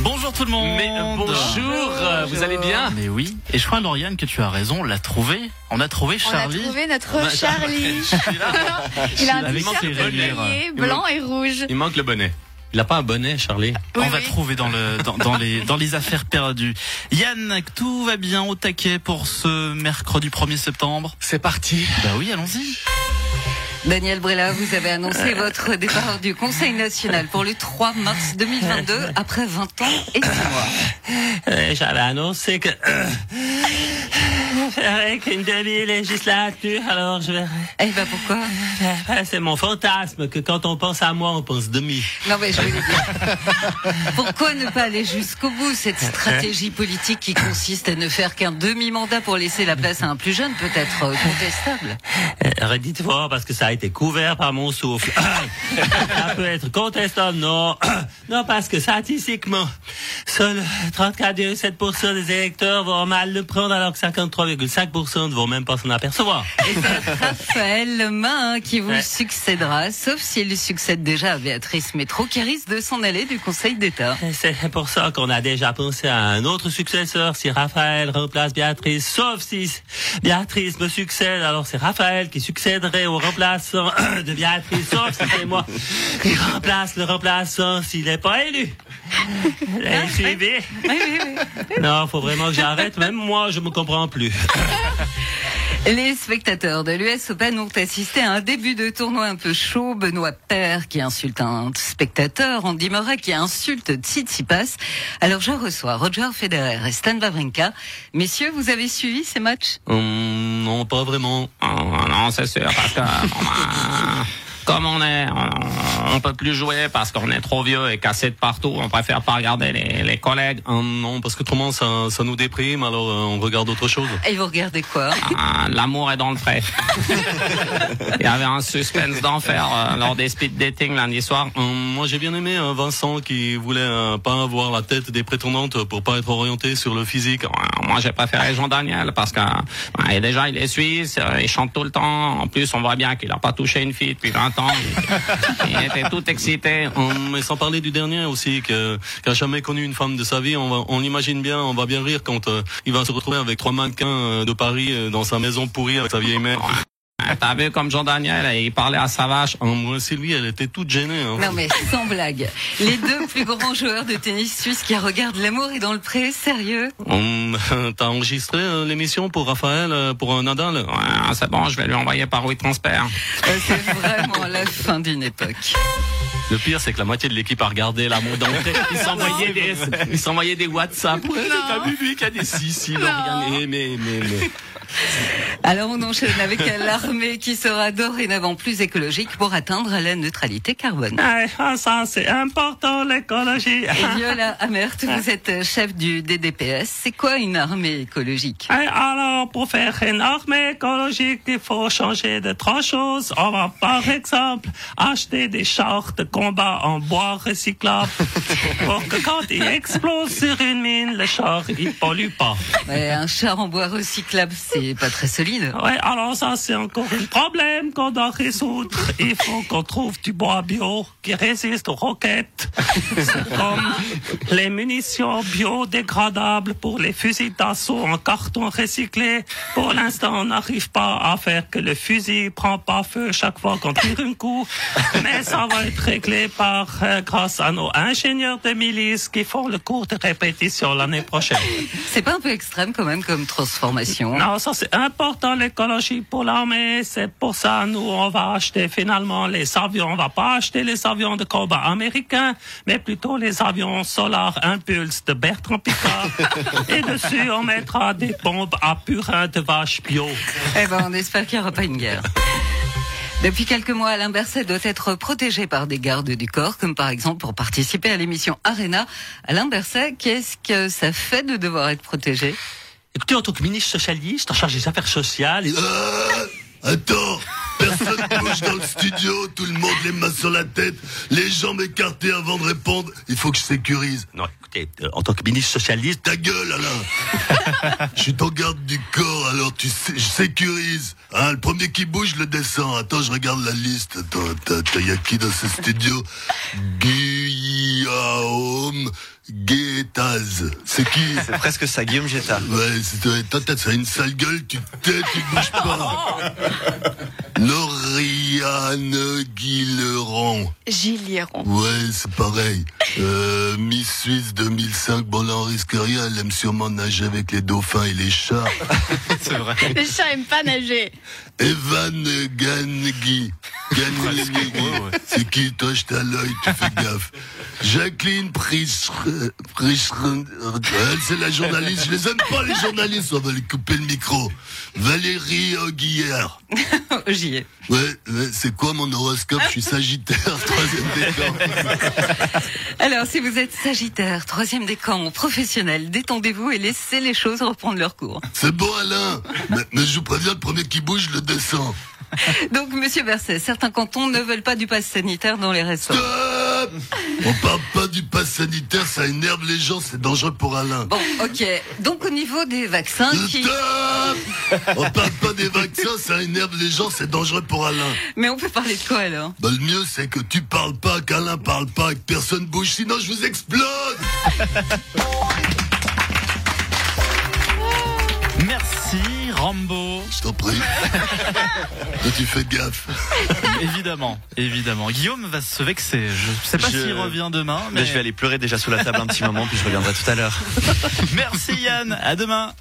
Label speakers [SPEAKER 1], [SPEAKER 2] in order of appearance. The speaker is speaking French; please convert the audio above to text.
[SPEAKER 1] Bonjour tout le monde. Ah,
[SPEAKER 2] Mais euh, bonjour, euh, vous allez bien
[SPEAKER 1] Mais oui. Et je crois Lauriane que tu as raison, l'a trouvé. On a trouvé
[SPEAKER 3] On a
[SPEAKER 1] Charlie. Ah bah,
[SPEAKER 3] trouvé notre Charlie. Il a un
[SPEAKER 1] Avec
[SPEAKER 3] petit
[SPEAKER 1] ses
[SPEAKER 3] shirt
[SPEAKER 1] rayures.
[SPEAKER 3] rayé, blanc et rouge.
[SPEAKER 2] Il manque le bonnet.
[SPEAKER 4] Il n'a pas un bonnet, Charlie.
[SPEAKER 1] On
[SPEAKER 3] Oui,
[SPEAKER 1] va
[SPEAKER 3] oui.
[SPEAKER 1] trouver dans le dans, dans les dans les affaires perdues. Yann, tout va bien au taquet pour ce mercredi 1er septembre
[SPEAKER 2] C'est parti.
[SPEAKER 1] Bah oui, allons-y.
[SPEAKER 5] Daniel Brella, vous avez annoncé votre départ du Conseil national pour le 3 mars 2022 après 20 ans et 6 mois.
[SPEAKER 4] J'avais annoncé que. Avec une demi-législature, alors je vais.
[SPEAKER 5] Eh ben pourquoi
[SPEAKER 4] C'est mon fantasme que quand on pense à moi, on pense demi.
[SPEAKER 5] Non mais je vais vous dire. Pourquoi ne pas aller jusqu'au bout cette stratégie politique qui consiste à ne faire qu'un demi-mandat pour laisser la place à un plus jeune peut-être euh, contestable
[SPEAKER 4] Euh, Redites fort parce que ça a été couvert par mon souffle. ça peut être contestable, non. non, parce que statistiquement, seuls 34,7% des électeurs vont mal le prendre alors que 53,5% ne vont même pas s'en apercevoir.
[SPEAKER 5] Et c'est Raphaël Lemain qui vous
[SPEAKER 4] Ouais.
[SPEAKER 5] succédera, sauf si elle succède déjà à Béatrice Métro qui risque de s'en aller du Conseil d'État.
[SPEAKER 4] Et Eh, C'est pour ça qu'on a déjà pensé à un autre successeur si Raphaël remplace Béatrice, sauf si Béatrice me succède, alors c'est Raphaël qui succéderait au remplaçant de Béatrice, sauf si c'est moi qui remplace le remplaçant s'il n'est pas élu. Vous l'avez suivi Non, faut vraiment que j'arrête, même moi je me comprends plus.
[SPEAKER 5] Les spectateurs de l'US Open ont assisté à un début de tournoi un peu chaud. Benoît Père qui insulte un spectateur, Andy Murray qui insulte Tsitsipas. Alors je reçois Roger Federer et Stan Wawrinka. Messieurs, vous avez suivi ces matchs
[SPEAKER 4] Hum, non, pas vraiment.
[SPEAKER 6] Oh, non, c'est sûr, parce que on a- comme on est, on, on peut plus jouer parce qu'on est trop vieux et cassé de partout. On préfère pas regarder les, les collègues.
[SPEAKER 4] Hum, non, parce que autrement ça, ça nous déprime, alors euh, on regarde autre chose.
[SPEAKER 5] Et vous regardez quoi
[SPEAKER 6] Ah, L'amour est dans le frais. Il y avait un suspense d'enfer euh, lors des speed dating lundi soir.
[SPEAKER 4] Hum, Moi j'ai bien aimé euh, Vincent qui voulait euh, pas avoir la tête des prétendantes pour pas être orienté sur le physique.
[SPEAKER 6] Euh, Moi, j'ai préféré Jean Daniel parce que euh, et déjà il est suisse, euh, il chante tout le temps. En plus, on voit bien qu'il a pas touché une fille depuis 20 ans. Il,
[SPEAKER 4] Eh,
[SPEAKER 6] il était tout excité.
[SPEAKER 4] Hum, Mais sans parler du dernier aussi que- qui a jamais connu une femme de sa vie, on, va- on l'imagine bien, on va bien rire quand euh, il va se retrouver avec trois mannequins euh, de Paris euh, dans sa maison pourrie avec sa vieille mère.
[SPEAKER 6] Euh, T'as vu comme Jean Daniel, il parlait à sa vache.
[SPEAKER 4] Hum, Moi aussi lui, elle était toute gênée. hein.
[SPEAKER 5] Non mais sans blague. Les deux plus grands joueurs de tennis suisse qui regardent l'amour est dans le pré, sérieux
[SPEAKER 4] Hum, T'as enregistré euh, l'émission pour Raphaël, euh, pour euh, Nadal
[SPEAKER 6] Ouais, c'est bon, je vais lui envoyer par WeTransfer.
[SPEAKER 5] Euh, C'est vraiment la fin d'une époque.
[SPEAKER 4] Le pire, c'est que la moitié de l'équipe a regardé l'amour d'entrée. Ils s'envoyaient des, ils s'envoyaient des WhatsApp. Ouais, T'as vu lui qui a des si, si, Lauriane. Eh, mais, mais, mais.
[SPEAKER 5] Alors on enchaîne avec l'armée qui sera dorénavant plus écologique pour atteindre la neutralité carbone.
[SPEAKER 4] Ah, ça, c'est important, l'écologie.
[SPEAKER 5] Et Viola Amert, vous êtes euh, chef du DDPS. C'est quoi une armée écologique
[SPEAKER 4] alors, pour faire une armée écologique, il faut changer de trois choses. On va, par exemple, acheter des chars de combat en bois recyclable pour que quand ils explosent sur une mine, le char, il pollue pas.
[SPEAKER 5] Ouais, Un char en bois recyclable, c'est pas très solide.
[SPEAKER 4] Ouais, alors ça, c'est encore un problème qu'on doit résoudre. Il faut qu'on trouve du bois bio qui résiste aux roquettes. C'est comme les munitions biodégradables pour les fusils d'assaut en carton recyclé. Pour l'instant, on n'arrive pas à faire que le fusil prend pas feu chaque fois qu'on tire un coup. Mais ça va être réglé par, euh, grâce à nos ingénieurs de milice qui font le cours de répétition l'année prochaine.
[SPEAKER 5] C'est pas un peu extrême quand même comme transformation
[SPEAKER 4] Non, ça c'est important l'écologie pour l'armée. C'est pour ça nous on va acheter finalement les avions. On va pas acheter les avions de combat américains, mais plutôt les avions Solar Impulse de Bertrand Picard. Et dessus on mettra des bombes à purin de vache bio.
[SPEAKER 5] Eh ben, on espère qu'il n'y aura pas une guerre. Depuis quelques mois, Alain Berset doit être protégé par des gardes du corps, comme par exemple pour participer à l'émission Arena. Alain Berset, qu'est-ce que ça fait de devoir être protégé
[SPEAKER 4] Écoutez, en tant que ministre socialiste en charge des affaires sociales, et...
[SPEAKER 7] Euh, Attends, personne bouge dans le studio, tout le monde les mains sur la tête, les jambes écartées avant de répondre, il faut que je sécurise.
[SPEAKER 4] non, écoutez, euh, en tant que ministre socialiste,
[SPEAKER 7] Ta gueule Alain Je suis ton garde du corps, alors tu sais, je sécurise. Hein, le premier qui bouge, le descend. Attends, je regarde la liste. Attends, t'as- t'as y a qui dans ce studio Guillaume, Guettaz. C'est qui
[SPEAKER 8] C'est presque ça, Guillaume Jetta.
[SPEAKER 7] Ouais, c'est- ouais, toi, t'as t'as une sale gueule, tu te tais, tu bouges pas. Lauriane Guilleron.
[SPEAKER 3] Gilieron.
[SPEAKER 7] Ouais, c'est pareil. Euh, Miss Suisse 2005, bon là on risque rien, elle aime sûrement nager avec les dauphins et les chats.
[SPEAKER 1] C'est vrai.
[SPEAKER 3] Les chats aiment pas nager.
[SPEAKER 7] Evan Gangi. Gangi. C'est qui toi je t'as l'œil, tu fais gaffe. Jacqueline Prisch. Prisch- Elle c'est la journaliste, je les aime pas les journalistes, on va lui couper le micro. Valérie Guillère.
[SPEAKER 5] J'y ai.
[SPEAKER 7] Ouais, ouais, c'est quoi mon horoscope Je suis Sagittaire, troisième décan.
[SPEAKER 5] Alors, si vous êtes Sagittaire, troisième décan, ou professionnel, détendez-vous et laissez les choses reprendre leur cours.
[SPEAKER 7] C'est bon Alain mais, mais je vous préviens, le premier qui bouge, je le descends.
[SPEAKER 5] Donc, Monsieur Berset, certains cantons ne veulent pas du pass sanitaire dans les restaurants.
[SPEAKER 7] Stop On parle pas du pass sanitaire, ça énerve les gens, c'est dangereux pour Alain.
[SPEAKER 5] Bon, ok. Donc, au niveau des vaccins, qui...
[SPEAKER 7] Stop On parle pas des vaccins, ça énerve les gens, c'est dangereux pour Alain.
[SPEAKER 5] mais on peut parler de quoi alors
[SPEAKER 7] Bah, le mieux, c'est que tu parles pas, qu'Alain parle pas, que personne bouge, sinon je vous explose
[SPEAKER 1] Merci Rambo.
[SPEAKER 7] Je t'en prie. Toi, tu fais gaffe.
[SPEAKER 1] Évidemment, évidemment. Guillaume va se vexer. Je sais pas
[SPEAKER 8] Je-
[SPEAKER 1] s'il revient demain,
[SPEAKER 8] Mais
[SPEAKER 1] mais
[SPEAKER 8] je vais aller pleurer déjà sous la table un petit moment, puis je reviendrai tout à l'heure.
[SPEAKER 1] merci Yann. À demain.